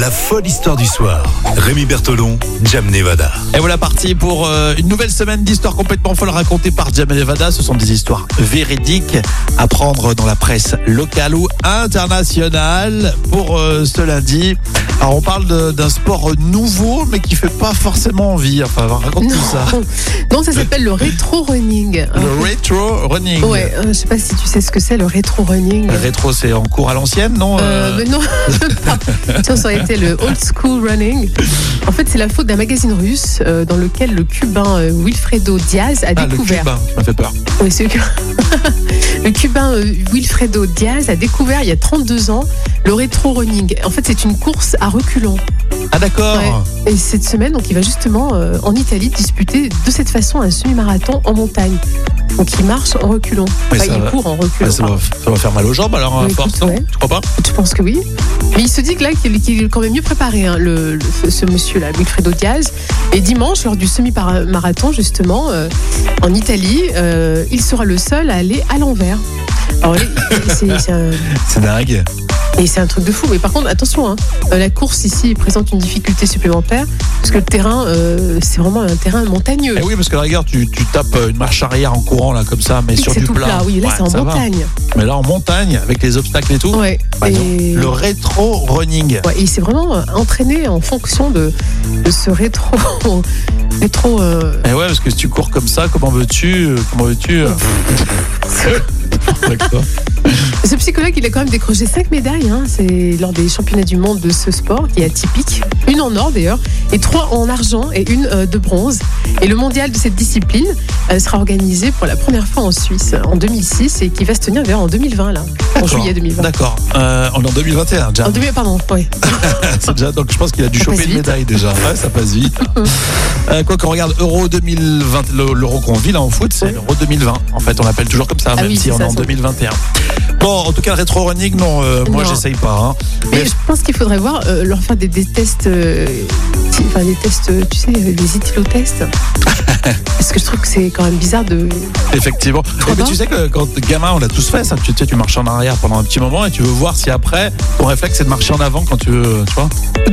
La folle histoire du soir. Rémi Bertolon, Jam Nevada. Et voilà parti pour euh, une nouvelle semaine d'histoires complètement folles racontées par Jam et Nevada. Ce sont des histoires véridiques à prendre dans la presse locale ou internationale pour euh, ce lundi. Alors on parle de- d'un sport nouveau mais qui fait pas forcément envie. Enfin, raconte Non. tout ça. Non, ça s'appelle le rétro running. Le rétro running. Ouais, euh, je sais pas si tu sais ce que c'est le rétro running. Le rétro c'est en cours à l'ancienne, non Euh, Euh, mais non, pas. Tiens, ça aurait été le old school running. En fait, c'est la faute d'un magazine russe euh, dans lequel le cubain euh, Wilfredo Diaz a ah, le découvert. cubain, ça m'a fait peur. Oui, c'est le cu- le cubain euh, Wilfredo Diaz a découvert il y a 32 ans le rétro running. En fait, c'est une course à reculons. Ah d'accord. Et cette semaine, donc, il va justement euh, en Italie disputer de cette façon un semi-marathon en montagne. Donc il marche en reculant. Mais Enfin, ça il va. court en Ah, reculant. ça, va, ça va faire mal aux jambes alors à Oui, force, écoute, non ouais. Tu crois pas Je pense que oui. Mais il se dit que là, qu'il qu'il est quand même mieux préparé, hein, le, le- ce- ce monsieur-là, Wilfredo Diaz. Et dimanche, lors du semi-marathon, justement, euh, en Italie, euh, il sera le seul à aller à l'envers. Alors, les- c'est- c'est un- C'est dingue. et c'est un truc de fou. Mais par contre, attention, hein, euh, la course ici présente une difficulté supplémentaire parce que le terrain, euh, c'est vraiment un terrain montagneux. Eh oui, parce que la rigueur, tu, tu tapes euh, une marche arrière en courant, là, comme ça, mais Oui, sur c'est du tout plat. Oui, là, Ouais, c'est en ça va. montagne. Mais là, en montagne, avec les obstacles et tout, Ouais. Bah, et... le rétro-running. ouais, et il s'est vraiment euh, entraîné en fonction de, de ce rétro. rétro euh, Eh ouais, parce que si tu cours comme ça, comment veux-tu euh, Comment veux-tu euh, N'importe quoi. Ce psychologue, il a quand même décroché cinq médailles. hein. C'est lors des championnats du monde de ce sport qui est atypique. Une en or d'ailleurs, et trois en argent et une euh, de bronze. Et le mondial de cette discipline euh, sera organisé pour la première fois en Suisse en 2006 et qui va se tenir d'ailleurs en 2020 là, en D'accord. juillet 2020. D'accord. Euh, on est en 2021 déjà. En 2000, pardon, oui. C'est déjà. Donc je pense qu'il a dû Ça choper passe une vite. médaille déjà. Ouais, ça passe vite. Euh, quoi qu'on regarde, Euro 2020, le- l'Euro qu'on vit là en foot, c'est Oui. l'Euro 2020. En fait, on l'appelle toujours comme ça, Ah même oui, si c'est on ça, est en sans doute. 2021. Bon, en tout cas, le rétro-running, non, euh, moi, Non. j'essaye pas. hein. Mais je pense qu'il faudrait voir euh, leur faire des, des tests, euh, ti- enfin des tests, euh, tu sais, euh, des éthylotests. Parce que je trouve que c'est quand même bizarre de. Effectivement. Trop Eh ben, bien. tu sais que quand t'es gamin, on l'a tous fait ça. Tu, tu sais, tu marches en arrière pendant un petit moment et tu veux voir si après, ton réflexe, c'est de marcher en avant quand tu veux, tu vois.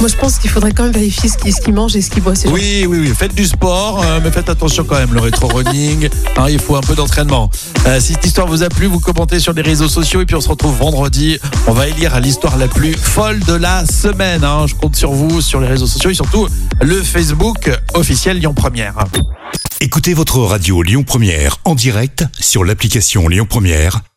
Moi, je pense qu'il faudrait quand même vérifier ce qu'ils ce qu'ils mangent et ce qu'ils boivent. ces gens. Oui, oui, oui. Faites du sport, euh, mais faites attention quand même. Le rétro-running, hein, il faut un peu d'entraînement. Euh, si cette histoire vous a plu, vous commentez sur les réseaux sociaux et puis on se retrouve vendredi. On va élire à l'histoire la plus folle de la semaine. hein. Je compte sur vous, sur les réseaux sociaux et surtout le Facebook officiel Lyon Première. Écoutez votre radio Lyon Première en direct sur l'application Lyon Première,